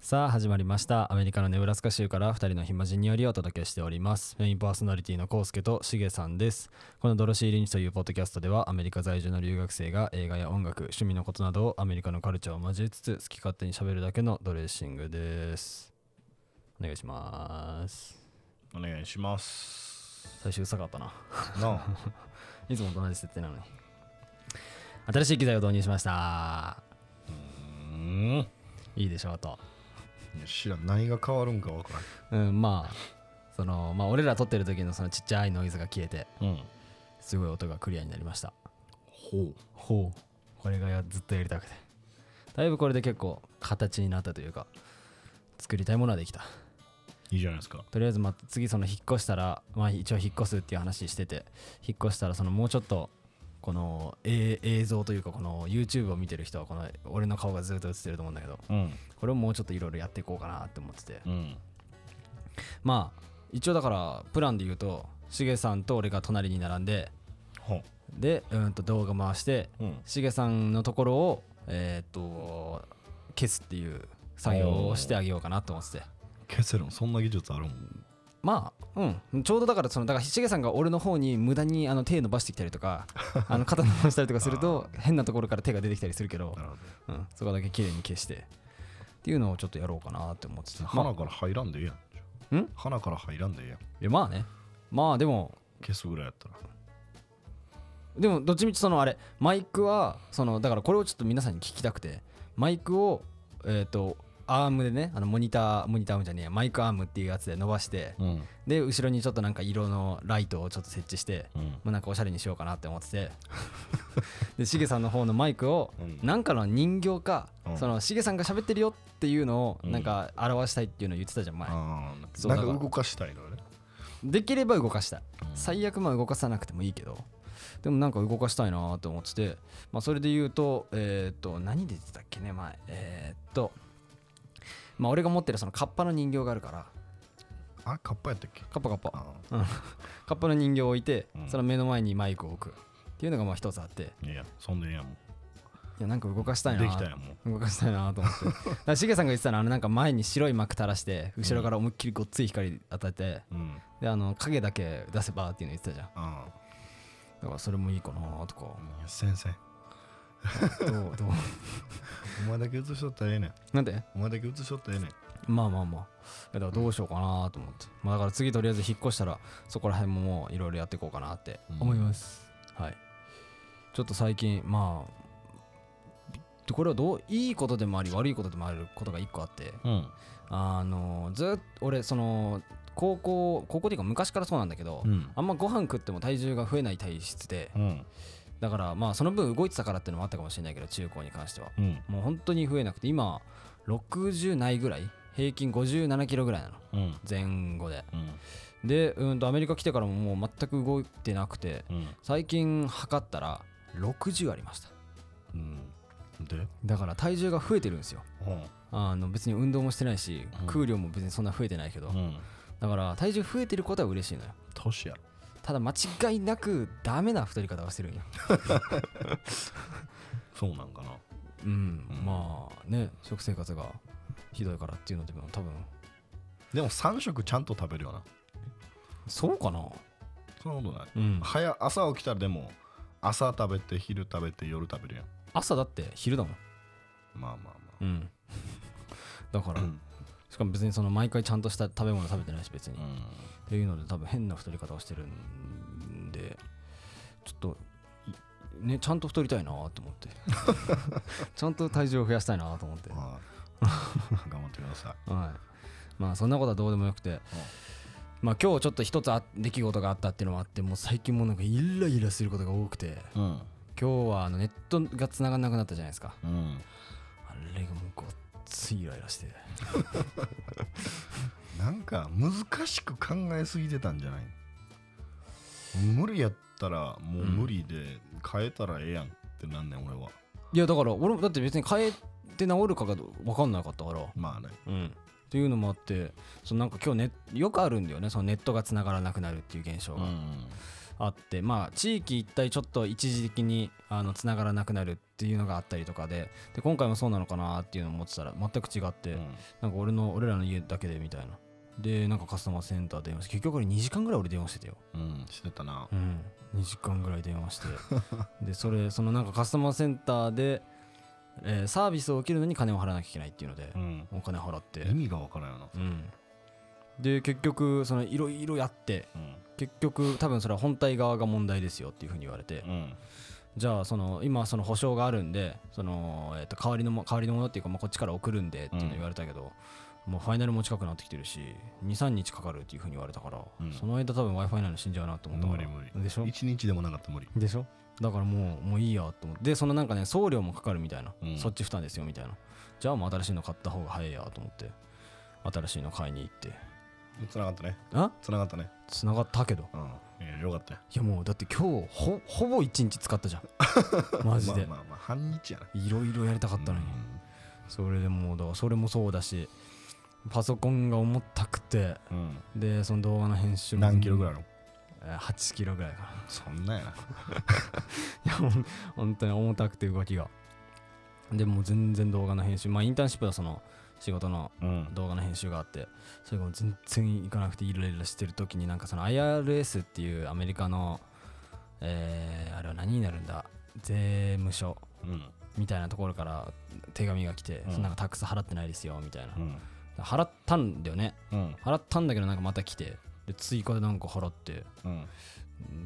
さあ始まりましたアメリカのネブラスカ州から2人の暇人によりお届けしておりますメインパーソナリティのコウスケとシゲさんですこのドロシー・リンチというポッドキャストではアメリカ在住の留学生が映画や音楽趣味のことなどをアメリカのカルチャーを交えつつ好き勝手に喋るだけのドレッシングですお願いしますお願いします。最初うさかったなないつもと同じ設定なのに新しい機材を導入しましたあ。うん。いいいでしょうとや知らん。何が変わるんかわかうんまあそのまあ俺ら撮ってる時のそのちっちゃいノイズが消えてらん。うん。すごい音がクリアになりましたほほうこれがやずっとやりたくてだいぶこれで結構形になったというか作りたいものはできたう。いいじゃないですか。とりあえずまあ次その引っ越したらまあ一応引っ越すっていう話してて引っ越したらそのもうちょっとこのえー映像というかこの YouTube を見てる人はこの俺の顔がずっと映ってると思うんだけどうん。これをもうちょっといろいろやっていこうかなって思っててうん。まあ一応だからプランで言うとしげさんと俺が隣に並んでほう。でうんと動画回してうん。しげさんのところをえーっと消すっていう作業をしてあげようかなと思ってて消せるんそんな技術あるんまあうんちょうどだからそのだからしげさんが俺の方に無駄にあの手伸ばしてきたりと かあの肩伸ばしたりとかすると変なところから手が出てきたりするけどな、るほど。うん、そこだけ綺麗に消してっていうのをちょっとやろうかなって思っててまあ鼻から入らんでええやん。ん鼻から入らんでええやん。いやまあねまあでも消すぐらいやったら。でもどっちみちそのあれマイクはそのだからこれをちょっと皆さんに聞きたくてマイクをえっ、とアームでねあのモニターモニターアームじゃねえやマイクアームっていうやつで伸ばしてうん。で後ろにちょっとなんか色のライトをちょっと設置してうん。もうなんかおしゃれにしようかなって思っててでしげさんの方のマイクをうんなんかの人形かうんそのしげさんが喋ってるよっていうのをうんなんか表したいっていうのを言ってたじゃん前ああ。そうなだんかから動かしたいのね。できれば動かしたいうん最悪まあ動かさなくてもいいけどでもなんか動かしたいなと思ってて、まあ、それで言うとえーっと何で言ってたっけね前えーっとまあ俺が持ってるそのカッパの人形があるからあ、カッパやったっけカッパカッパあうんカッパの人形を置いてうんその目の前にマイクを置くっていうのがまあ一つあっていあ。いやいや、そんでええやんもやなんか動かしたいなう。できたやんもう。動かしたいなと 思ってだからシゲさんが言ってたのはあのなんか前に白い幕垂らして後ろから思いっきりごっつい光当ててうん。であの影だけ出せばっていうの言ってたじゃんあだからそれもいいかなとかあ。いや先生、どうどうお前だけ映しとったらええねん。なんでお前だけ映しとったらええねん。まあまあまあいやだからどうしようかなと思って、まあ、だから次とりあえず引っ越したらそこら辺ももういろいろやっていこうかなってうん思います、はいちょっと最近まあこれはどういいことでもあり悪いことでもあることが一個あってうん。あのずっと俺その高校高校っていうか昔からそうなんだけど、うん。あんまご飯食っても体重が増えない体質でうん。だからまあその分動いてたからっていうのもあったかもしれないけど中高に関してはうん。もう本当に増えなくて今60ないぐらい平均57キロぐらいなのうん。前後でうん。でうんとアメリカ来てからももう全く動いてなくてうん。最近測ったら60ありましたうん。で、だから体重が増えてるんですようあの別に運動もしてないしうん空量も別にそんな増えてないけど、ん。だから体重増えてることは嬉しいのよ年やろ。ただ間違いなくダメな太り方をしてるんよそうなんかな。うん、うんまあね食生活がひどいからっていうのでも多分でも3食ちゃんと食べるよな。そうかなそんなことない。うん早朝起きたらでも、朝食べて、昼食べて、夜食べるやん。朝だって昼だもんまあまあうん だから、まあ。しかも別にその毎回ちゃんとした食べ物食べてないし別に、うっん。ていうので多分変な太り方をしてるんでちょっといねちゃんと太りたいなと思ってちゃんと体重を増やしたいなと思ってはい頑張ってください。はいまあそんなことはどうでもよくてまあ今日ちょっと一つあ出来事があったっていうのもあってもう最近もうなんかイライラすることが多くてうん。今日はあのネットが繋がんなくなったじゃないですかうん。あれがもうごっついイライラしてなんか難しく考えすぎてたんじゃない無理やったらもう無理で変えたらええやんってなんねん俺は。いやだから俺もだって別に変えて治るかが分かんなかったからまあね。うん、っていうのもあってそのなんか今日ねよくあるんだよねそのネットが繋がらなくなるっていう現象が、ん。あってまあ地域一体ちょっと一時的にあの繋がらなくなるっていうのがあったりとかでで今回もそうなのかなっていうのを思ってたら全く違って、うんなんか俺の俺らの家だけでみたいなでなんかカスタマーセンター電話して結局俺2時間ぐらい俺電話してたようん、してたな。うん、2時間ぐらい電 話してでそれそのなんかカスタマーセンターで、えーサービスを受けるのに金を払わなきゃいけないっていうのでう、ん、お金払って意、味がわからんよな。うん、で結局そのいろいろやってうん、結局多分それは本体側が問題ですよっていうふうに言われて、うん、じゃあその今その保証があるんでその、えー、と代わりのも代わりのものっていうか、まあ、こっちから送るんでっていうの言われたけど、もうファイナルも近くなってきてるし23日かかるっていうふうに言われたから、うんその間多分 w i f i なの死んじゃうなと思ったか無ら理無理。でしょ一日でもなかったら無理。でしょだからもうもういいやと思ってでそのなんかね送料もかかるみたいな、うんそっち負担ですよみたいなじゃあもう新しいの買った方が早いやと思って新しいの買いに行って繋がったね。あ繋がったね。繋がったけどうん、いやよかったよ。いやもうだって今日ほほぼ1日使ったじゃ んマジで、まあまあまあ、半日やな。いろいろやりたかったのに、それでもうだからそれもそうだしパソコンが重たくてうん。でその動画の編集うんも何キロぐらいのえー8キロぐらいかなそんなんやな。いやほん 本当に重たくて動きがでもう全然動画の編集まあインターンシップはその仕事のうん。動画の編集があってそれがもう全然行かなくてイライラしてる時になんかその IRS っていうアメリカのえーあれは何になるんだ税務署うん。みたいなところから手紙が来て、うんそん、なんかタックス払ってないですよみたいな、うん。払ったんだよねうん。払ったんだけどなんかまた来てで追加でなんか払ってうん。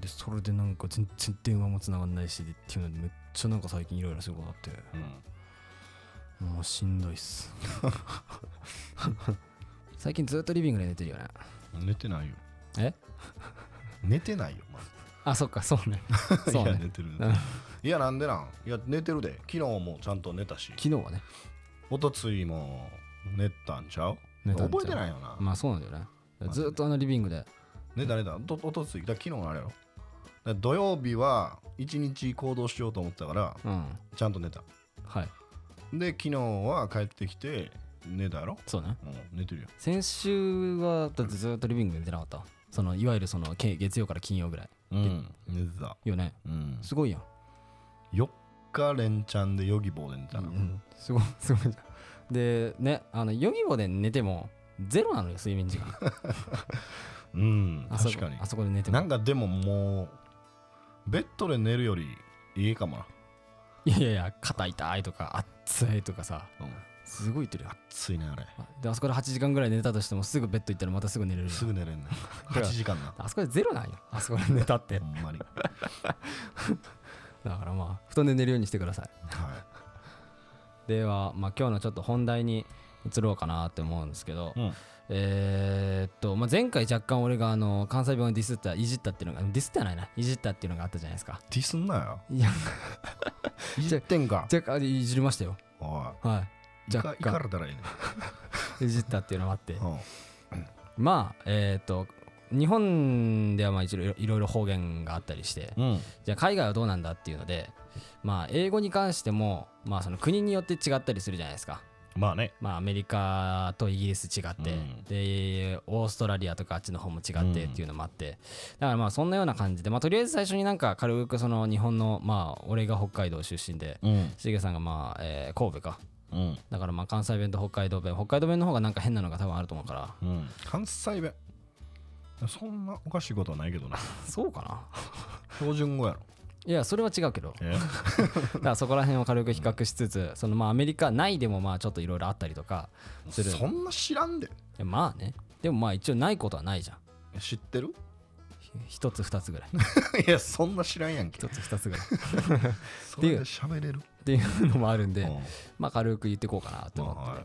でそれでなんか全然電話もつながんないしでっていうのでめっちゃなんか最近いろいろすることあってうん。もうしんどいっ す最近ずっとリビングで寝てるよね寝てないよ。え寝てないよ、まあそっかそう ねず。そういや、ね寝てるうん。いや、なんでなんいや、寝てるで。昨日もちゃんと寝たし、昨日はねおとついも寝たんちゃう寝たんちゃう覚えてないよな。まあそうなんだよねまあねずっとあのリビングで寝た寝た。おとつい、だから昨日のあれやろ。だから土曜日は一日行動しようと思ったから、うんちゃんと寝た。はいで、昨日は帰ってきて、寝たやろ。そうねうん、寝てるよ。先週はだってずっとリビングで寝てなかったそのいわゆるそのけ月曜から金曜ぐらいうん、寝てた。よねうん。すごいやん4日連チャンでヨギボーで寝たうな。ん、すごいすごいじゃんでねあのヨギボーで寝てもゼロなのよ睡眠時間うん、あそ確こかにあ。そこで寝てなもんかでももう、ベッドで寝るよりいいかもな。いやいやいや肩痛いとか熱いとかさうん、すごい言ってるよついね、あれ。であそこで8時間ぐらい寝たとしてもすぐベッド行ったらまたすぐ寝れるよすぐ寝 れんね。ら8時間な。あそこでゼロなんよあそこで寝たってほんまに。だからまあ布団で寝るようにしてくださいはでは、まあ、今日のちょっと本題に移ろうかなって思うんですけど、い。うん。えーっと、まあ、前回若干俺があの関西弁をディスったいじったっていうのがディスってはないないじったっていうのがあったじゃないですかディスんなよ。いやいじってんか。若干いじりましたよおはいい。い若かいか干れたらいいね。いじったっていうのもあってうん。まあえっ、と日本ではまあ一応いろいろいろ方言があったりしてうん。じゃあ海外はどうなんだっていうのでまあ英語に関してもまあその国によって違ったりするじゃないですかまあね。まあアメリカとイギリス違って、うんでオーストラリアとかあっちの方も違ってうんっていうのもあって、だからまあそんなような感じでまあとりあえず最初になんか軽くその日本のまあ俺が北海道出身でうん。しげさんがまあ、えー神戸かうん。だからまあ関西弁と北海道弁北海道弁の方がなんか変なのが多分あると思うからうん。関西弁。そんなおかしいことはないけどな。そうかな標準語やろ。いやそれは違うけどえだからそこら辺を軽く比較しつつそのまあアメリカ内でもまあちょっといろいろあったりとかするいそんな知らんで。やまあねでもまあ一応ないことはないじゃん知ってるひ一つ二つぐらい いや、そんな知らんやん け一。つ二つぐらいそれで喋れる。っていうのもあるんでうんまあ軽く言っていこうかなと思まあっはてい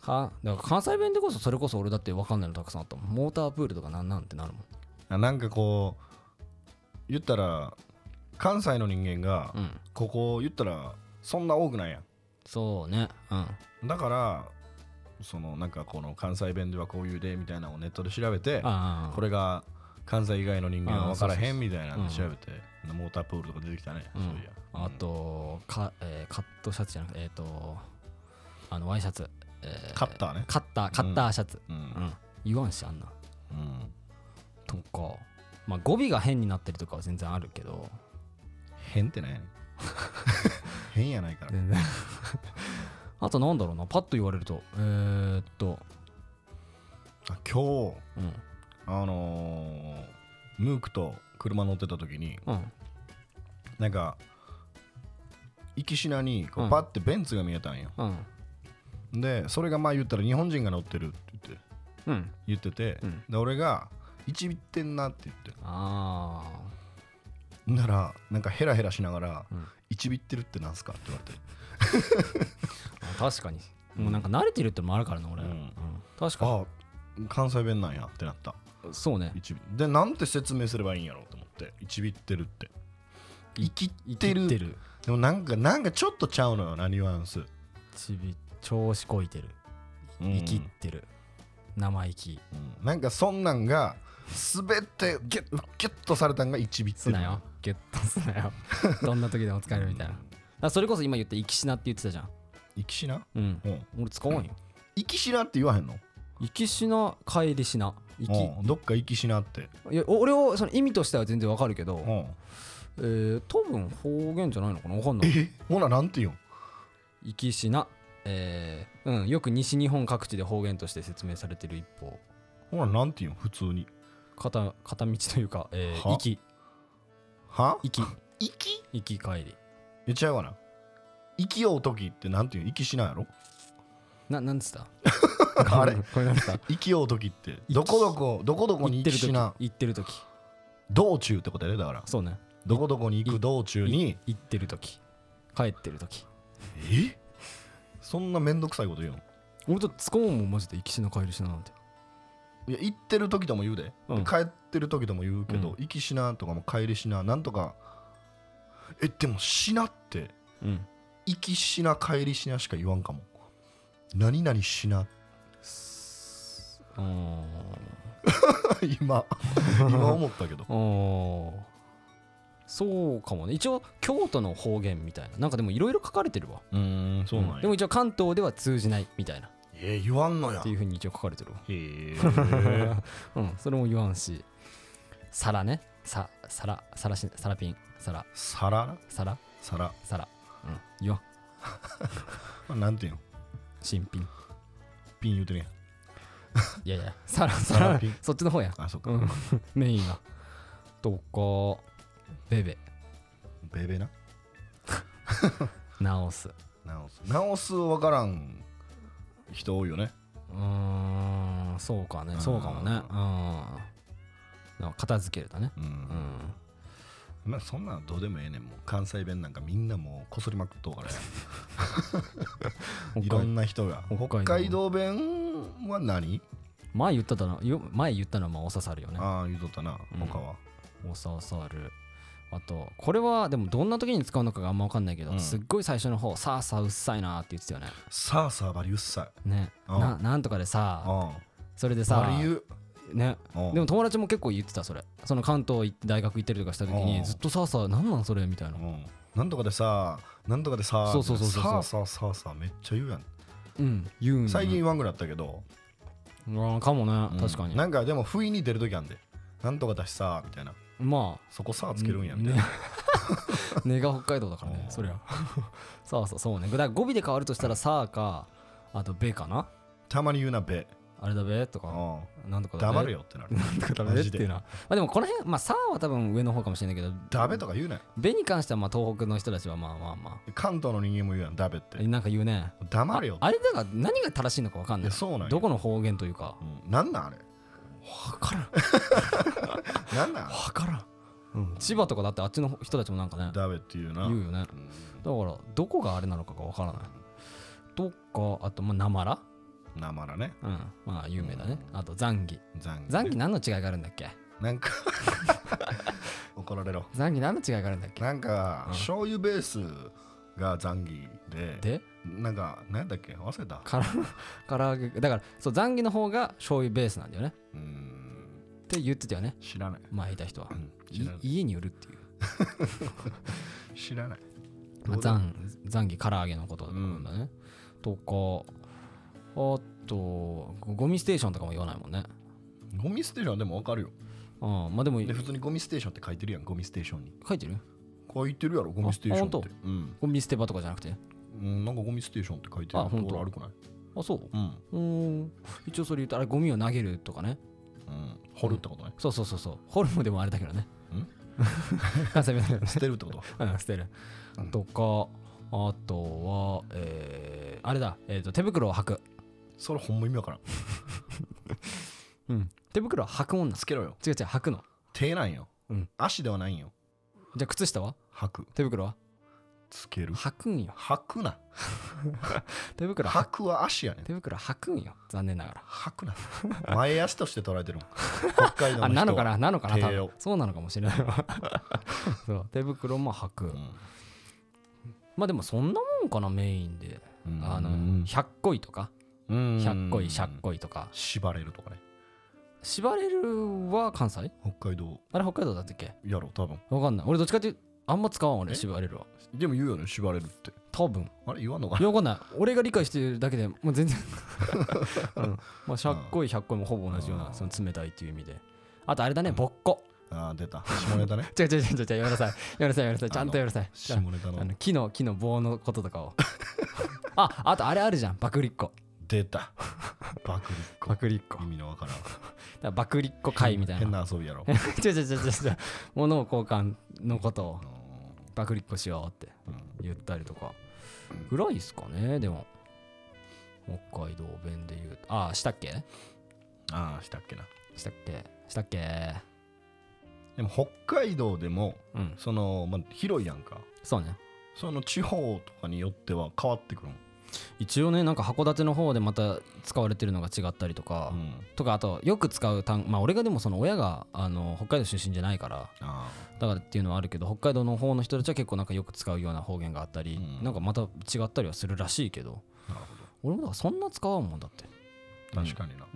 かだから関西弁でこそそれこそ俺だって分かんないのたくさんあったもんモータープールとかなんなんってなるもんあなんかこう言ったら関西の人間がうんここ言ったらそんな多くないやそうねうんんだからそのなんかこの関西弁ではこういう例みたいなのをネットで調べてああこれが関西以外の人間は分からへあーそうそうそうんみたいなの調べてモータープールとか出てきたねうそんういやあとか、えーカットシャツじゃなくてえっ、とあのワイシャツ、えーカッターねカッターカッターシャツ、うんうん、言わんしあんなうんとかまあ、語尾が変になってるとかは全然あるけど変ってないねん 変やないから。 あとなんだろうなパッと言われるとえー、っとあ今日、うんあのームークと車乗ってた時に、うんなんか、行きしなにこううんパッてベンツが見えたんよ。うんで、それがまあ言ったら日本人が乗ってるって言ってうん言ってて、うんで俺が、一ビってんなって言って。あなら、なんかヘラヘラしながら、うん一ビってるってなんすかって言われて。ー確かにもうなんか慣れてるってのもあるからな俺、うん確かあ関西弁なんやってなった。にそうね一尾で、なんて説明すればいいんやろうと思って、一ビってるって。生きてる生きてるでもなんか、なんかちょっとちゃうのよな、ニュアンス。ちび調子こいてるうん生きってる、生意気うんなんかそんなんが全てゲッゲットされたんが一尾ってすいうのなよゲットすな よどんな時でも使えるみたいな、だからそれこそ今言った「生きしな」って言ってたじゃん生きしなうんうん俺使わんよ生きしなって言わへんの生きしな帰りしな生きうんどっか生きしなっていやお俺はその意味としては全然わかるけど、うえんー多分方言じゃないのかなわかん ないえほななんて言うん生きしなえーうん、よく西日本各地で方言として説明されてる一方ほななんて言うん普通に片片道というか、えー、は行きは行き生き行き帰りえちゃうわな生きよう時ってなんて言うん生きしなやろななんつった あれこれなんつった生きよう時ってどこどこどこどこ行にって生るき時しな行ってる時道中ってことやでだからそうねどこどこに行く道中に行ってる時帰ってる時えそんなめんどくさいこと言うん俺とツコーンもマジで生きしな帰りしななんていや行ってる時とも言うで、うん帰ってる時とも言うけど、うん行きしなとかも帰りしななんとかえでもしなってうん行きしな帰りしなしか言わんかも何々しな すうーん今今思った けどあーそうかもね一応京都の方言みたいななんかでもいろいろ書かれてるわうーんそうなんや、でも一応関東では通じないみたいなっえー言わんのやていうふうに一応書かれてるわへえ うんそれも言わんし皿ねさ皿皿し皿ピン皿皿皿皿、皿うん言わんまあ、なんていうの新品ピン言うてねいやいや皿皿皿ピンそっちの方やあそっか、うん、メインが。とか、ベベ、ベベな直す。う直す直す分からん人多いよねーん、そうかね、そうかもね。ううんん。でも片付けるだね。うん、うん。まあそんなんどうでもええねんもう関西弁なんかみんなもうこそりまくっとうからやいろんな人が北海北道海道弁は何、前言っただな、よ前言ったのはまあお刺さるよね。ああ言うとったなうん他は、お刺さる。あと、これはでもどんな時に使うのかがあんま分かんないけど、うんすっごい最初の方、さあさあうっさいなーって言ってたよね。さあさあバリうっさいね。うんななんとかでさ、あそれであさバ、リうね。うんでも友達も結構言ってたそれその関東行って大学行ってるとかした時うんにずっとさあさあなんなんそれみたいなうんなんとかでさなんとかでさそうそうそうそうさあさあさあさあめっちゃ言うやんうん言うん最近言わんくなったけど、うんかもね確かうんになんかでも不意に出るときあんでなんとかだしさみたいなまあそこさあつけるんやみたいな、ね 根が北海道だからねうんそりゃ そうそうそうねだから語尾で変わるとしたらさあかあとべかなたまに言うなべ、あれだべとうかん、なんとかだべ黙 れよってなるなんとかだべっていうなまあでもこの辺まあさあは多分上の方かもしれないけどダベとか言うなよべに関してはまあ東北の人たちはまあまあま関東の人間も言うやんダベってあなんか言うね黙れよあれだから何が正しいのか分かんいなやいそうなんよどこの方言というかうんなんなんあれ分からんなんなんあれ分からん、千葉とかだってあっちの人たちもなんかねダメっていうな言うよねだかうんらどこがあれなのかが分からないとかあとまあなまらなまらねうんまあ有名だねあと残儀残残機儀何の違いがあるんだっけなんか怒られろ残儀何の違いがあるんだっけなんかうん醤油ベースが残儀ででなんか何だっけ忘れたからから揚げだからそう残儀の方が醤油ベースなんだよねうーんって言ってたよね知らないまあいた人はうんい知らない家によるっていう知らないまあどうでも残残儀から揚げのことだんだね、とかあとゴミステーションとかも言わないもんねゴミ捨てるのはでもわかるよああまあでもで普通にゴミステーションって書いてるやんゴミステーションに書いてる書いてるやろゴミステーションってうん、ゴミ捨て場とかじゃなくてうん、なんかゴミステーションって書いてあるとほんところあるくないあそううんうーん一応それ言うとあれゴミを投げるとかねうん掘るってことねそうそうそうそうホルムでもあれだけ どねん関西弁だけどね捨てるっ てことうん捨てる、うんとかあとはえー、あれだ、えー、と手袋を履く、それほんま意味わからんうん、手袋は履くもんなんつけろよ違う違う履くの手なんよ、うん足ではないんよじゃあ靴下は吐く手袋はつける履くんよ吐くな手袋は吐くは足やねん手袋は履くんよ残念ながら吐 くな前足として捉えてるもん北海道の人あはなのかななのかな多手分をそうなのかもしれない わそう手袋も履く、まあでもそんなもんかなメインで、うんあうのん100個いとかうん100個い100個いとか縛れるとかね縛れるは関西北海道あれ北海道だったっけやろ多分わかんない俺どっちかっていうあんま使わん俺え縛れるはでも言うよね縛れるって多分あれ言わんの かいなやわかんない俺が理解してるだけでもう 全然、うんまあ、100個い100個いもほぼ同じよううなんその冷たいっていう意味であとあれだねうんぼっこ あー出た下ネタね違う違う違う違うやめなさいやめなさいやめなさいちゃんとやめなさい下ネタあのの木の木の棒のこととか をああとあれあるじゃんバクリッコ出たバクリッコクリッコ意味のわからんバクリッコ会みたいな変な遊び やろ違う違う違う違う違う物を交換のことをうバクリッコしようってん言ったりとかぐらいですかねでも北海道弁で言うとああしたっけああしたっけなしたっけしたっけでも北海道でもうんその、まあ、広いやんかそうねその地方とかによっては変わってくるん、一応ねなんか函館の方でまた使われてるのが違ったりとか、うん、とかあとよく使う単まあ俺がでもその親があの北海道出身じゃないからあだからっていうのはあるけど北海道の方の人たちは結構なんかよく使うような方言があったり、うんなんかまた違ったりはするらしいけどあなるほ俺もだからそんな使わんもんだって、ど確かにな、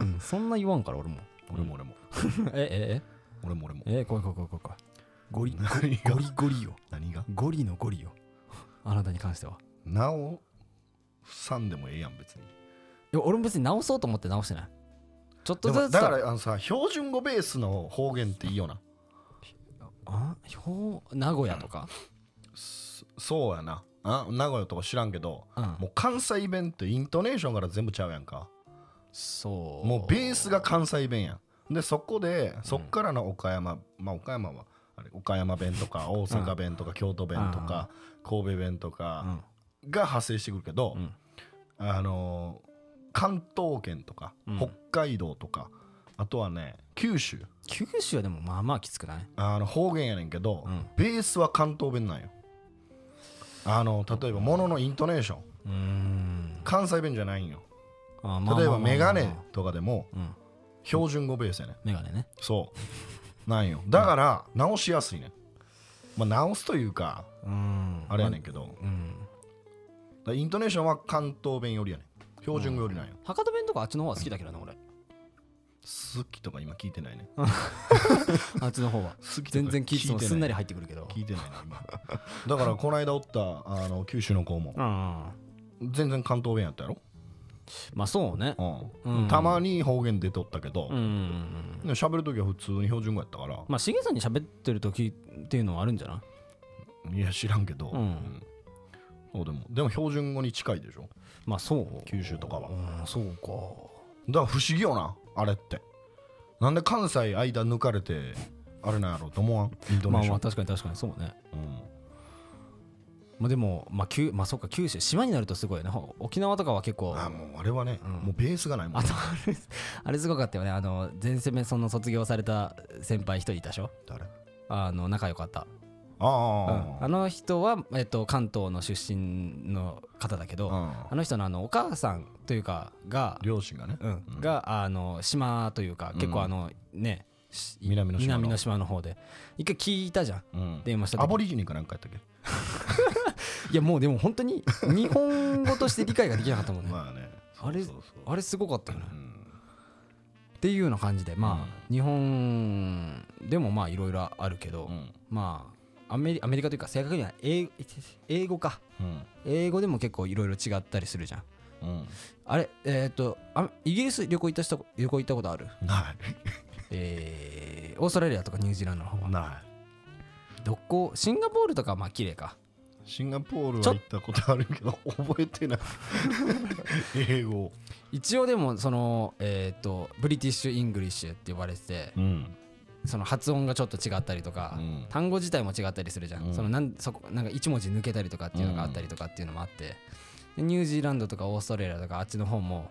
うんそんな言わんから俺も俺も俺も え俺も俺もえええ怖い怖い怖い怖い怖いゴリ 何ゴがリゴリよ何がゴリのゴリよあなたに関してはなおさんでもええやん別にいや俺も別に直そうと思って直してないちょっとでずもつだからあのさ標準語ベースの方言っていいよなあひょう名古屋とか、そそうやなあ名古屋とか知らんけどうんもう関西弁ってイントネーションから全部ちゃうやんかそうもうベースが関西弁やんでそこでそっからの岡山、まあ岡山はあれ岡山弁とか大阪弁とか京都弁とか神戸弁とうかんが派生してくるけど、うんあのー関東圏とかうん北海道とか、あとはね九州九州はでもまあまあきつくないあの方言やねんけど、うんベースは関東弁なんよあの例えばもののイントネーションうーん関西弁じゃないんよあまあ例えばまあメまあまあガネとかでもうん標準語ベースやねんメガネねそうなんよだから直しやすいねん、まあ、直すというかうんあれやねんけどだかうんらイントネーションは関東弁よりやねん標準語よりなんよ、博多弁とかあっちの方は好きだけどね俺好きとか今聞いてないねあっちの方 は好きとか全然聞いてもないすんなり入ってくるけど聞いてないな今だからこの間おったあの九州の子もうんうん全然関東弁やったやろ、まあそうねうんうんたまに方言出とったけどうん、うんうんでも喋るときは普通に標準語やったから、まあしげさんに喋ってる時っていうのはあるんじゃないいや知らんけど、うんそうでもでも標準語に近いでしょまあそう九州とかはうんそうかだから不思議よなあれってなんで関西間抜かれてあれなんやろうと思わんインドまあネシア、まあ確かに確かにそうねうんまあでもまあ九まあそうか九州島になるとすごいねほ沖縄とかは結構あもうあれはね、うんもうベースがないもんあとあれあれすごかったよねあの前世目その卒業された先輩一人いたでしょ誰ああの仲良かったあうんあの人は、えっと、関東の出身の方だけど、ああの人のあのお母さんというかが、両親がねうんがあの島というか結構あの、ねし南の島の南の島の方で一回聞いたじゃんうん電話したア時ボリジニかなんかやったっけいやもうでも本当に日本語として理解ができなか ったもんね、まあねあれそうそうそうあれすごかったよね、うんっていうような感じでまあ、日本でもまあいろいろあるけど、うんまあアメリアメリカというか正確には英英語かうん英語でも結構いろいろ違ったりするじゃんうんあれえっ、とあイギリス旅行行った人旅行行ったことあるないえーオーストラリアとかニュージーランドの方はなどこシンガポールとかはまあ綺麗かいシンガポールはちょ行ったことある けど覚えてない英語一応でもそのえっ、とブリティッシュ・イングリッシュって呼ばれててうんその発音がちょっと違ったりとか、うん単語自体も違ったりするじゃん、うんそのなんそこなんか1文字抜けたりとかっていうのがあったりとかっていうのもあって、でニュージーランドとかオーストラリアとかあっちの方も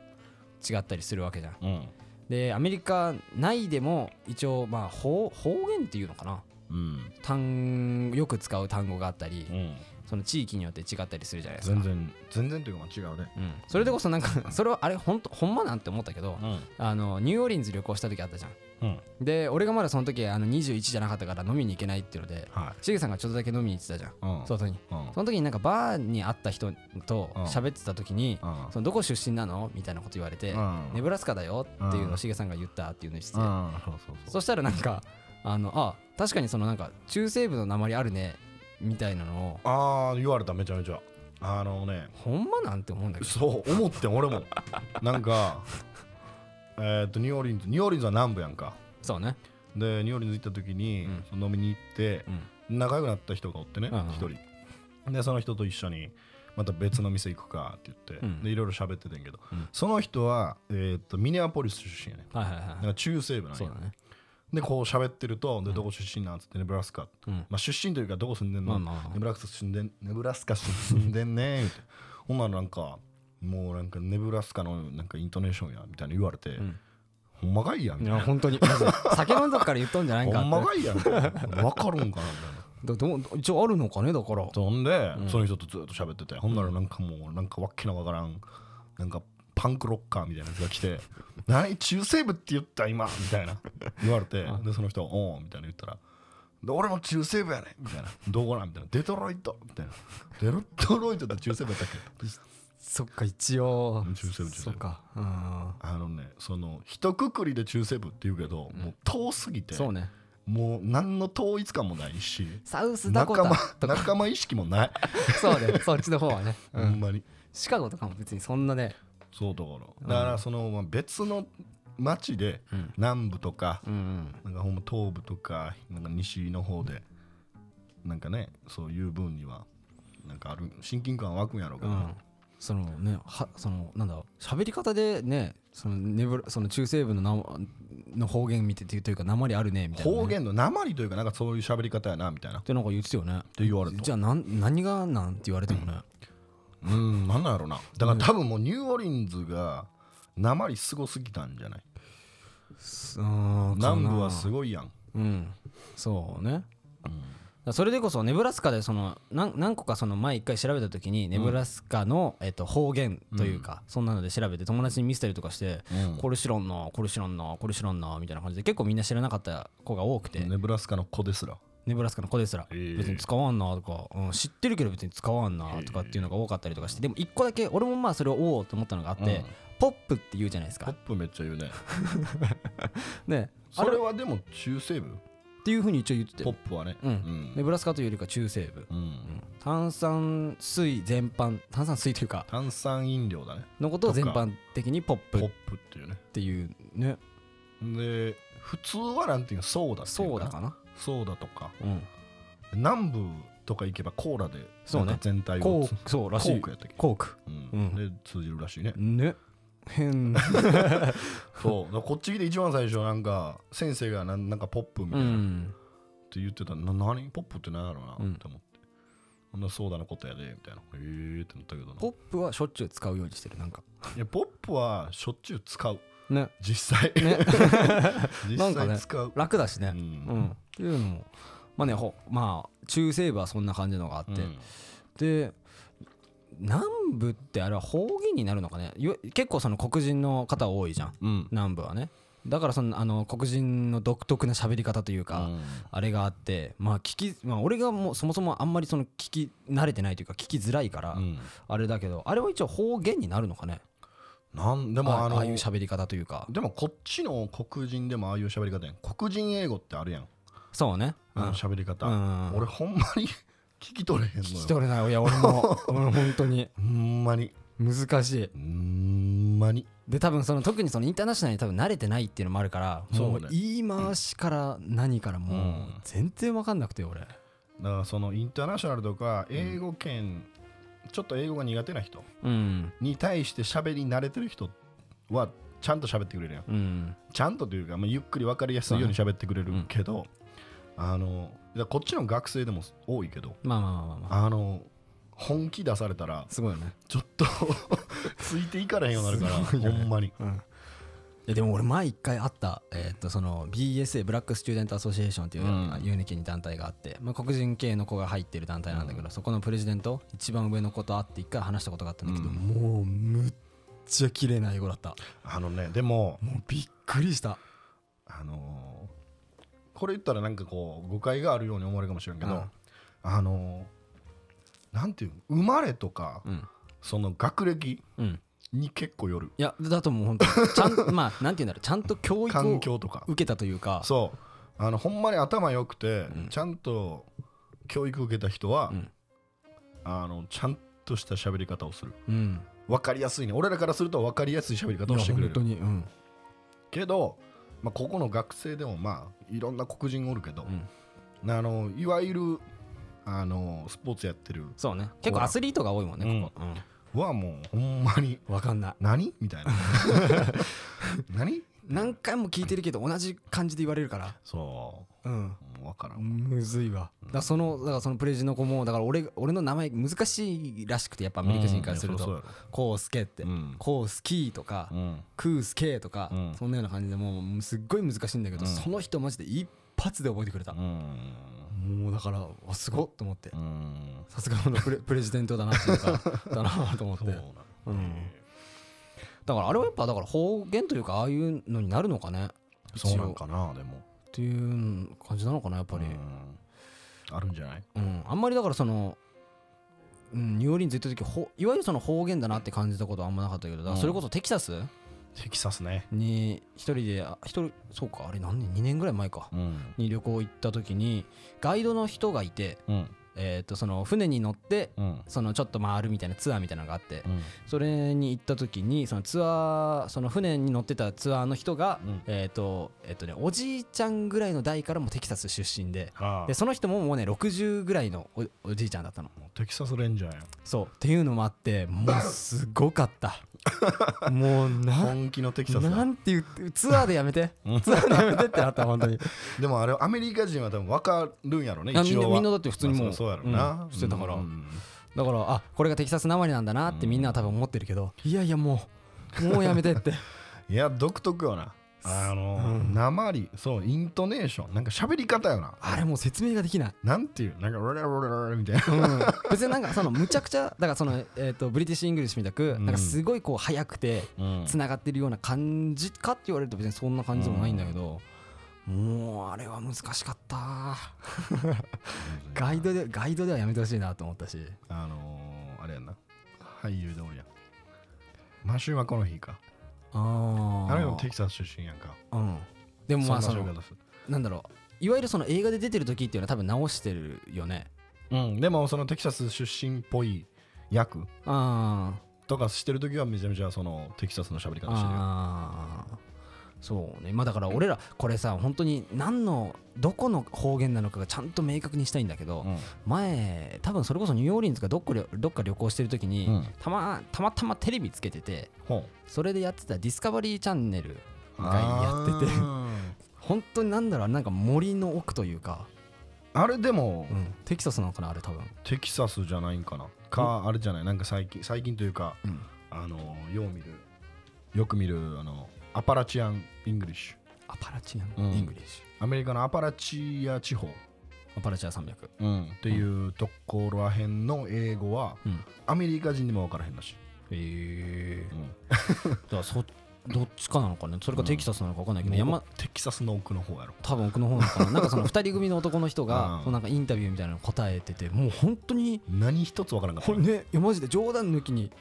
違ったりするわけじゃんうんでアメリカ内でも一応まあ方方言っていうのかなうん単よく使う単語があったり、うんその地域によって違ったりするじゃないですか全然全然というか違うねうん、それでこそなんかそれはあれほんと ほんまなんて思ったけど、あのニューオーリンズ旅行した時あったじゃんうんうんで俺がまだその時あの21じゃなかったから飲みに行けないっていうのではいしげさんがちょっとだけ飲みに行ってたじゃんうん外にうんうんその時になんかバーに会った人とうん喋ってた時に、そのどこ出身なのみたいなこと言われて、うんネブラスカだよっていうのうをんしげさんが言ったっていうのにして、うんそうそうそうそしたらなんかあのあ確かにそのなんか中西部の鉛あるねみたいなのをああ言われためちゃめちゃあのねほんまなんて思うんだけどそう思ってん 俺もなんかえっとニューオーリンズニューオーリンズは南部やんかそうねでニューオーリンズ行った時にうんその飲みに行ってうん仲良くなった人がおってねうんうん一人でその人と一緒にまた別の店行くかって言って、うんでいろいろ喋っててんけど、うんその人は、えー、とミネアポリス出身やねはいはいはだいかはいら中西部なんそうやだねでこう喋ってるとでどこ出身なんつってネブラスカ、うんまあ、出身というかどこ住んでんまあの、まあまあネブラスカ住んでんネブラスカ住んで んね言うてほんならなんかもうなんかネブラスカのなんかイントネーションやみたいな言われて、んほんまかいやみいたいやな本当に マジで酒飲んどっから言っとんじゃないんかほってんまかいやみたいなわかるんかなみたいなどどう一応あるのかねだからそんで、その人とずっと喋っててほんならなんかもうなんかわけのわからんなんかパンクロッカーみたいなやつが来 て「何中西部って言った今」みたいな言われてでその人「おう」みたいな言ったら「で俺も中西部やねん」みたいな「どこなん?」みたいな「デトロイト」みたいな「デトロイトって中西部やったっけ?」 そっか一応中西部中西部そうかうんあのねその一括りで中西部って言うけどもう遠すぎて、そうねもう何の統一感もないしサウスダコ仲間タとか仲間意識もない、そう ねそっちの方はねうほんんまに。シカゴとかも別にそんなねそうだからだからそのまあ別の町でうん南部とかうんなんかほんま東部とかなんか西の方でなんかねそういう分にはなんかある親近感湧くんやろうけうどんそのねはそのなんだ喋り方でねそのネブラその中西部のなの方言見ててというか鉛あるねみたいなね方っ言の鉛というかなんかそういう喋り方やなみたいなってなんか言ってたよねて言われじたゃあなん何がなんて言われてもねうんなんなんやろなだから多分もうニューオーリンズが鉛すごすぎたんじゃないうんかな南部はすごいやんうんそうね、だそれでこそネブラスカでその何何個かその前一回調べた時にネブラスカの、えっと、方言というか、そんなので調べて友達に見せたりとかして、うんこれ知らんなこれ知らんなこれ知らんなみたいな感じで結構みんな知らなかった子が多くて、ネブラスカの子ですらネブラスカの子ですら、えー別に使わんなとか、うん、知ってるけど別に使わんなとかっていうのが多かったりとかして、でも一個だけ俺もまあそれをおおと思ったのがあって、うんポップって言うじゃないですポッか。プめっちゃ言うねねあそれれっはでも中西部ていうふうに一応言っててポップはねうんうんネブラスカというよりか中西部、うん、炭酸水全般炭酸水というか炭酸飲料だねのことを全般的にポップポっップっていうねていうねで普通はなんていうのソーダっていそううかだなかなソーダとかうん南部とか行けばコーラでそうねなんか全体コをークそうらコしーいクやったっけコークうんうで通じるらしいねね 変そうだからこっち来て一番最初なんか先生がなんなんかポップみたういなっんて言ってたな何ポップってなんやろうなうんって思ってほんなソーダのことやでみたいなえーってなったけどなポップはしょっちゅう使うようにしてるなんかいやポップはしょっちゅう使うね実際ね なん実かね際使う楽だしうねんうんっていうのもまあねほまあ中西部はそんな感じのがあっうてんで南部ってあれは方言になるのかねいわ結構その黒人の方多いじゃんうん南部はねだからそのあの黒人の独特な喋り方というか、うんあれがあってまあ聞き、まあ、俺がもうそもそもあんまりその聞き慣れてないというか聞きづらいから、うんあれだけどあれは一応方言になるのかねなんでもああのああいう喋り方というかでもこっちの黒人でもああいう喋り方やん黒人英語ってあるやんそうね、うんあの喋り方、うん俺ほんまに 聞き取れへ聞んきのよ取れないいや俺も俺も本当にほんまに難しいうーんまにで多分その特にそのインターナショナルに多分慣れてないっていうのもあるからもそううね言い回しから何からうもうん全然分かんなくて俺だからそのインターナショナルとか英語圏、ちょっと英語が苦手な人うんに対して喋り慣れてる人はちゃんと喋ってくれるやんうんちゃんとというか、まあ、ゆっくり分かりやすいように喋ってくれるけど、あのだからこっちの学生でも多いけどまあまあまあまあ、まあ、あの本気出されたらすごいよねちょっと ついていかれへんようになるからすごいよねほんまにうんいやでも俺前一回あった、えーっとその BSA ブラックスチューデントアソシエーションっていううんユニティに団体があって、まあ、黒人系の子が入ってる団体なんだけど、そこのプレジデント一番上の子と会って一回話したことがあったんだけど、うんもうむっちゃ綺麗な英語だったあのねでももうびっくりしたあのーこれ言ったらなんかこう誤解があるように思われるかもしれんけど、うんあのーなんていうの生まれとか、うんその学歴うんに結構よるいやだともう本当 ちゃんまあなんて言うんだろうちゃんと教育環を境とか受けたというかそうあのほんまに頭良くて、うんちゃんと教育受けた人は、うんあのちゃんとした喋り方をするうん分かりやすいね俺らからすると分かりやすい喋りい方やをしてくれ本当るにうんけど、まあ、ここの学生でもまあいろんな黒人おるけどう、んあのいわゆるあのスポーツやってるそうね結構アスリートが多いもんねここはもうほんまにうんわかんない何み たいな何何回も聞いてるけど同じ感じで言われるからそうんうもう分からんむずいわだからそのだからそのプレジの子もだから俺俺の名前難しいらしくてやっぱアメリカ人からするうんいとやそりゃそうやろこうすけってうんこうすきとかうんクースケとかうんそんなような感じでもうすっごい難しいんだけどうんその人マジで一発で覚えてくれたうんもうだからあすごっと思ってうんさすがのプ レプレジデントだなっていうかだなと思ってそうなだからあれはやっぱだから方言というかああいうのになるのかねそうなんかなでもっていう感じなのかなやっぱりうんあるんじゃないうん、あんまりだからその、うん、ニューオーリンズ行った時ほいわゆるその方言だなって感じたことはあんまなかったけどだからそれこそテキサステキサスねに一人であ一人そうかあれ何年2年ぐらい前かうんに旅行行った時にガイドの人がいて、うんえー、とその船に乗ってうんそのちょっと回るみたいなツアーみたいなのがあってうんそれに行った時にそのツアーその船に乗ってたツアーの人が、うんえっ、とえっ、とねおじいちゃんぐらいの代からもテキサス出身ではあでその人ももうね60ぐらいのおおじいちゃんだったの。もうテキサスレンジャーやんそうっていうのもあってもうすごかった もうな本気のテキサスなだんていうツアーでやめてうんツアーでやめてってなった本当にでもあれアメリカ人は多分分かるんやろねあみ一んな応みはんなだって普通にもうまあそうそうやろなうんしてたからうんだからあこれがテキサスなまりなんだなってみんなは多分思ってるけどいやいやも うもうやめてっていや独特よなあのうんなまりそうイントネーションなんか喋り方よなあれもう説明ができない、なんていうなんかロラロラロラみたいなうん、別になんかそのむちゃくちゃだからその、えー、とブリティッシュ・イングリッシュみたくうんなんかすごいこう速くてうんつながってるような感じかって言われると別にそんな感じでもないんだけど、もうあれは難しかったガイドでガイドではやめてほしいなと思ったしあのー、あれやんな俳優でおるやんマシュー・マコノヒーかああれもテキサス出身やんかうん、でもまあそんなの喋り方するなんだろういわゆるその映画で出てる時っていうのは多分直してるよねうんでもそのテキサス出身っぽい役あとかしてる時はめちゃめちゃそのテキサスの喋りー方してるよあーそうねまあだから俺らこれさ本当に何のどこの方言なのかがちゃんと明確にしたいんだけど、うん前多分それこそニューオーリンズかどっか旅どっか旅行してる時に、うんたまたまたまテレビつけててほうそれでやってたディスカバリーチャンネルがやっててあ 本当になんだろうなんか森の奥というか、ーあれでも、うん、テキサスなのかなあれ多分、テキサスじゃないんかなかあれじゃないなんか最近最近というかあのー、よう見るよく見るあのアパラチアン・イングリッシュアパラチアン、うんイングリッシアメリカのアパラチア地方ュアパラチア山脈っていうところらへんの英語は、うんアメリカ人にも分からへんらしい、へえうんだからそどっちかなのかねそれかテキサスなのか分かんないけど、もう山テキサスの奥の方やろ多分奥の方なのかななんか その2人組の男の人が、うんそのなんかインタビューみたいなの答えててもう本当に何一つ分からんかったこれよねいやマジで冗談抜きに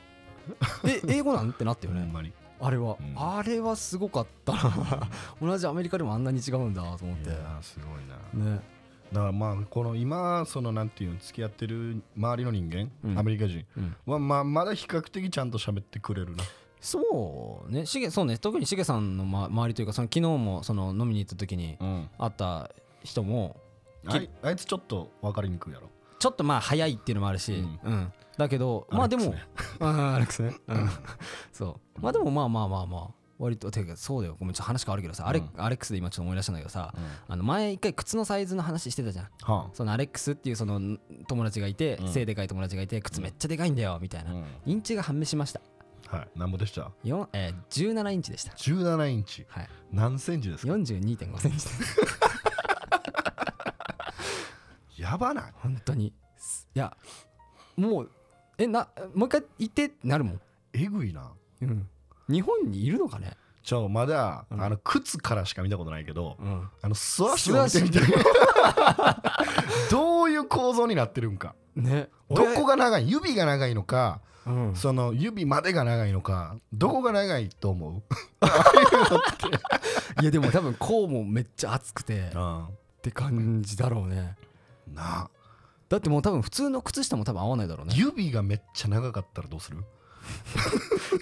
え英語なんてなったよほね、んまにあれは、うんあれはすごかったな 同じアメリカでもあんなに違うんだと思っいてやーすごいなねだからまあこの今そのなんていうの付き合ってる周りの人間、うんアメリカ人うんはまあまだ比較的ちゃんと喋ってくれるなそうねしげそうね特にしげさんの、ま、周りというかその昨日もその飲みに行った時にうん会った人もあいあいつちょっと分かりにくいやろちょっとまあ早いっていうのもあるし、うんうんだけどまあでもアレックスね あーアレックスね、うん、 そうまあでもまあまあまあまあ割とてかそうだよごめんちょっと話変わるけどさ、アレうんアレックスで今ちょっと思い出したんだけどさうんあの前一回靴のサイズの話してたじゃんはそのアレックスっていうそのん友達がいて、うん背でかい友達がいて靴めっちゃでかいんだよみたいあな、うんインチが判明しましたはい何ぼでしたよん、えー、17インチでした17インチはい何センチですか42.5センチですやばない本当にすいやもうえなもう一回言ってってなるもん、えぐいなうん、日本にいるのかねちょまだ、うんあの靴からしか見たことないけど、うんあの素足を見てみて どういう構造になってるんかねどこが長い指が長いのか俺うんその指までが長いのかどこが長いと思う、いやでも多分こうもめっちゃ熱くてっなて感じだろうねあだってもう多分普通の靴下も多分合わないだろうね指がめっちゃ長かったらどうする、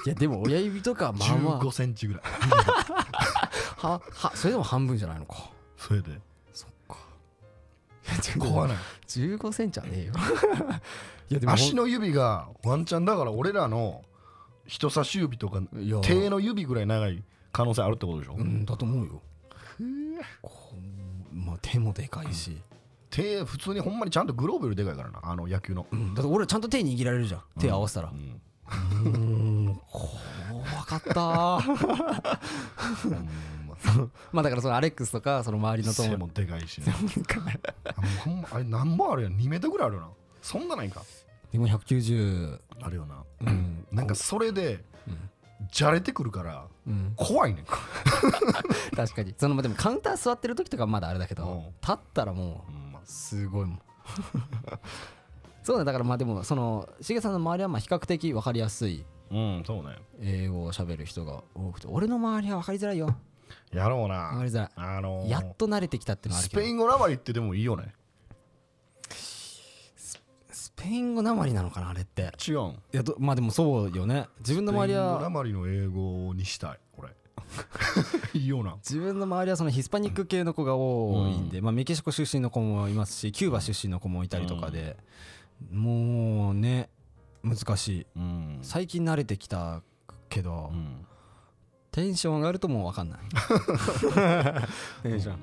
いやでも親指とかまあまあ1 5センチぐ らいははそれでも半分じゃないのかそれでそっか怖ない15センチはねえよ いやでも足の指がワンチャンだから俺らの人差し指とかいや手の指ぐらい長い可能性あるってことでしょ、うんだと思うよこうまあ手もでかいし、手普通にほんまにちゃんとグローブよりでかいからなあの野球の、うん、だって俺らちゃんと手握られるじゃん手合わせたらうんうん怖かったーほんま まあだからそのアレックスとかその周りの背友もでかいしね達あもうほんまあれ何本あるやん2メートルぐらいあるよなそんなないかでも190あるよなうんなんかそれでうんじゃれてくるからうん怖 いねん 確かにそのまあでもカウンター座ってる時とかはまだあれだけど、うん立ったらもほんまうすごいもん そうだだからまあでもそのしげさんの周りはまあ比較的分かりやすいうんそうね英語を喋る人が多くて俺の周りは分かりづらいよやろう分かなりづらあのいーやっと慣れてきたってのはあるスけどペイン語なまりってでもいいよねスペイン語なまりなのかなあれって違うんいやどまあでもそうよね自分のスペ周インり語なはまりの英語にし たい俺いいよな自分の周りはそのヒスパニック系の子が多いんで、まあ、メキシコ出身の子もいますしキューバ出身の子もいたりとかで、もうね難しいうん最近慣れてきたけど、うんテンション上がるともう分かんないテンション、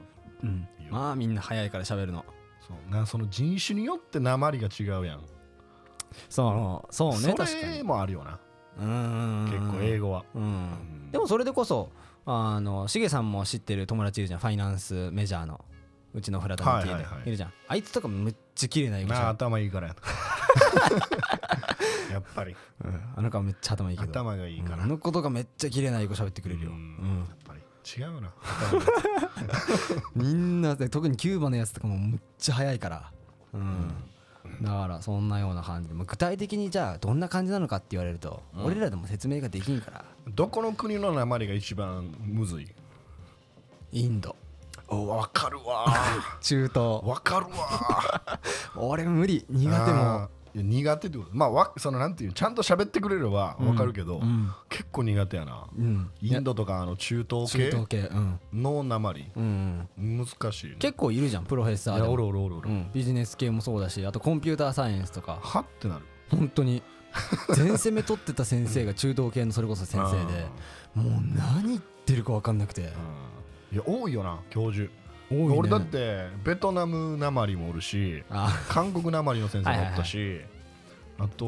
うんいい、よまあみんな早いから喋るのそうなその人種によってなまりが違うやんそうそうね確かそにれもあるよなうーん結構英語はううんんでもそれでこそあのしげさんも知ってる友達いるじゃんファイナンスメジャーのうちのフラダニティはいではいはいいるじゃんあいつとかむっちゃ綺麗な英語じなゃんあ頭い いからややっぱりうんあの子はめっちゃ頭いいけど頭がいいから、あやっの子とかめっちゃ綺麗な英語喋ってくれるよ、ううんん、ぱり違うなみんなで特にキューバのやつとかもむっちゃ早いから、うん、だからそんなような感じでまあ具体的にじゃあどんな感じなのかって言われると、俺らでも説明ができんからどこの国のなまりが一番むずいインドおわかるわ中東わかるわ俺無理苦手もあーいや苦手ってことまあわそのなんていうちゃんと喋ってくれればわかるけうど、ん結構苦手やな、うんインドとかあの中東中系東系うん、のなまりうん、難しいね、結構いるじゃんプロフェッサーいでやおもるおるおるおる、うんビジネス系もそうだしあとコンピューターサイエンスとかはってなる 本当に全攻め取ってた先生が中東系のそれこそ先生で もう何言ってるか分かんなくていや多いよな教授多いね俺だってベトナムなまりもおるしあ韓国なまりの先生もおったし、あと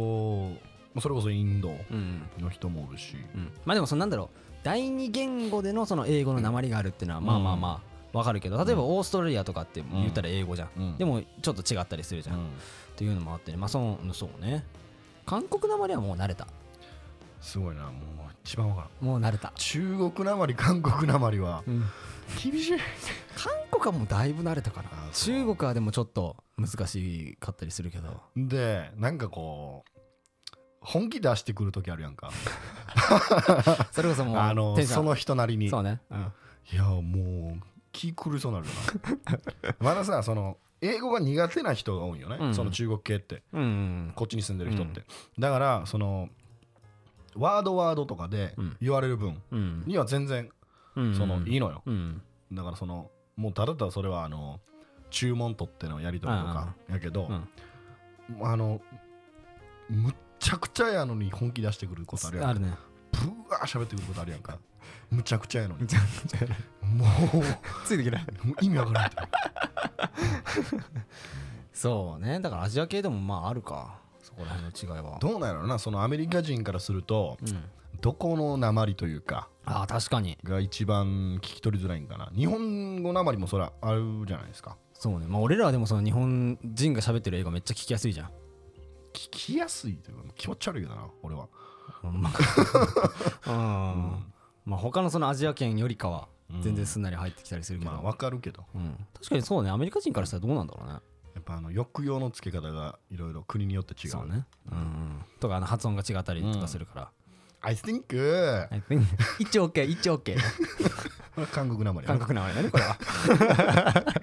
もうそれこそインドうんの人もおるし、うん、まあでもそのなんだろう第二言語でのその英語の訛りがあるっていうのはまあまあまあわかるけど例えばオーストラリアとかって言ったら英語じゃん、うんでもちょっと違ったりするじゃん、うんっていうのもあってねまあそのそうね韓国訛りはもう慣れたすごいなもう一番わからんもう慣れた、中国なまり韓国なまりはうん厳しい韓国はもうだいぶ慣れたかなあそう中国はでもちょっと難しかったりするけどでなんかこう本気出してくる時あるやんかそれこそもうあのテンションその人なりにそうね、うんいやもう気狂いそうになるよ なまださその英語が苦手な人が多いよね、うんその中国系ってうんこっちに住んでる人って、だからそのワードワードとかでうん言われる分うんには全然うんそのいいのようんだからそのもうただただそれはあの注文取ってのやり取りとかやけどうんあのむっちゃくちゃやのに本気出してくることあるやんあるねぶわー喋ってくることあるやんかむちゃくちゃやのにもう ついてきないもう意味わ からんってそうねだからアジア系でもまああるかそこら辺の違いはどうなんやろなそのアメリカ人からするとうんどこの鉛というかああ確かにが一番聞き取りづらいんかな日本語鉛もそりゃあるじゃないですかそうねまあ俺らはでもその日本人が喋ってる英語めっちゃ聞きやすいじゃん聞きやすいというか気持ち悪いけどな俺はほんま うんまあ他のそのアジア圏よりかは全然すんなり入ってきたりするけど、まあわかるけどうん、確かにそうねアメリカ人からしたらどうなんだろうねやっぱあの抑揚の付け方がいろいろ国によって違うそうね、うんうん、とかあの発音が違ったりとかするから、I think はい一応 OK 一応 OK 韓国鉛や韓な国なまりだねこれは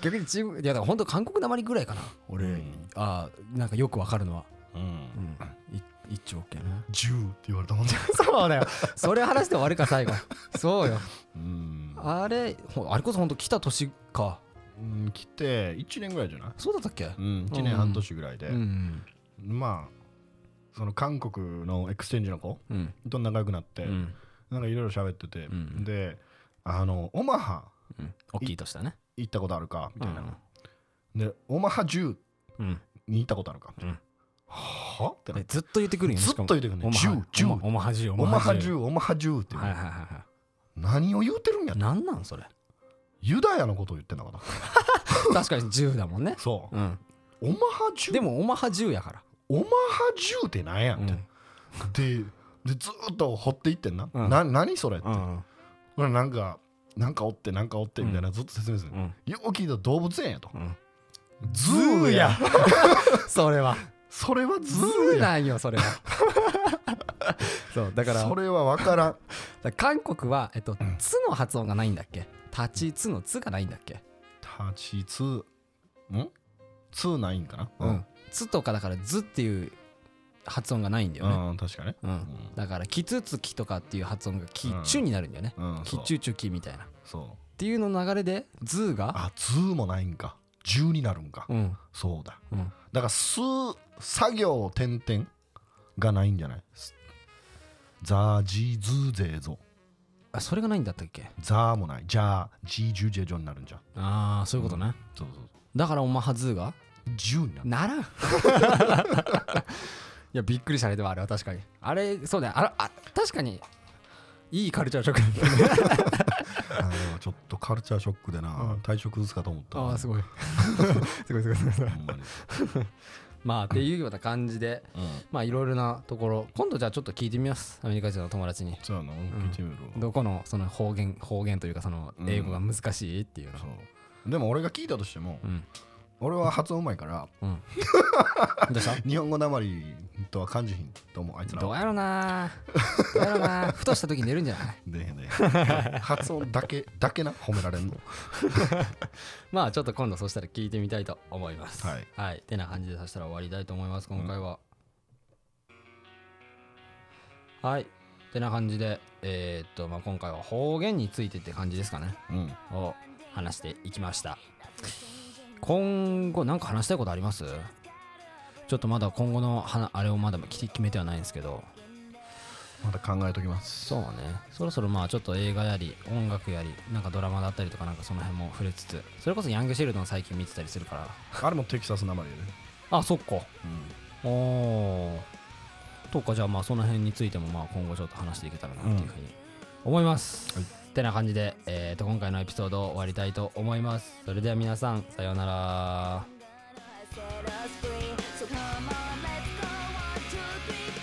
逆にチームいやだから本当韓国なまりぐらいかな俺、うんああなんかよくわかるのは、うんうん、い一応 OK ね10って言われたもんじゃ そうだよそれ話して終わるか最後 そうようんあれほあれこそ本当来た年かうん来て1年ぐらいじゃないそうだったっけうん1年半年ぐらいでうんまあその韓国のエクスチェンジの子うんと仲良くなっうてんなんかいろいろ喋っててうんであのオマハうん大きいとしたね行ったことあるかみうたいんなでオマハ10うんに行ったことあるかうんはってなでってずっと言ってくるんよずっと言ってくるね10 10オマハ10オマハ10 10オマハ10ってはいはいはいは何を言うてるんやいなんなんそれユダヤのことを言ってんだから 確かに10だもんねそうんうオマハ10でもオマハ10やからオマハ10ってなんやんって、ででずーっと掘っていってんな、うんな何それって、うんこれなんかなんかおってなんかおってみたいなずっと説明する、うんよく聞いたら動物園やと、うんズズーや それはそれはズズーーやなんよ それはそうだからそれは分からんだから韓国は、えっと、つの発音がないんだっけ立ちつのつがないんだっけ立ちつんつないんかなうん。つとかだからずっていう発音がないんだよね。うん、確かねうん。だからきつつきとかっていう発音がきちゅになるんだよね。うんきちゅちゅきみたいな。っそうそうていうのの流れでずが。あズーもないんか10になるんか、うん。そうだうん。だからす作業点々がないんじゃないすザージーズーゼーゾあそれがないんだったっけザーもないじゃあジージュジェジョになるんじゃんああそういうことね。そうそうそだからおまはずーがうジュにな るならん。いやびっくりしたねでもあれは確かに。あれそうだよあらあ確かにいいカルチャーショックだったね。あーちょっとカルチャーショックでな体調崩すかと思っ たああすごごい。 すごいすごいすごいすごい。ほんまにまあっていうような感じで。うんまあいろいろなところ今度じゃあちょっと聞いてみますアメリカ人の友達にそうやな聞いてみろどこのその方言方言というかそのうん英語が難しいっていうのそうでも俺が聞いたとしても うん俺は発音うまいからうんどうした日本語なまりとは感じひんと思うあいつらどうはやろなどうやろ なふとした時に出るんじゃないでへんで発音だけだけな褒められんのまあちょっと今度そしたら聞いてみたいと思いますはい、はい、てな感じでさしたら終わりたいと思います今回は、はいてな感じでえーっとまあ今回は方言についてって感じですかねうんを話していきました今後何か話したいことありますちょっとまだ今後のはなあれをまだき決めてはないんですけどまた考えときますそうねそろそろまあちょっと映画やり音楽やりなんかドラマだったりとかなんかその辺も触れつつそれこそヤングシールドも最近見てたりするからあれもテキサスなまりやであそっかうんおーとかじゃあまあその辺についてもまあ今後ちょっと話していけたらなっていうふうに思います、はいてな感じで、えー、と今回のエピソードを終わりたいと思いますそれでは皆さんさようなら Set us free. So come on, let's go. One, two, three,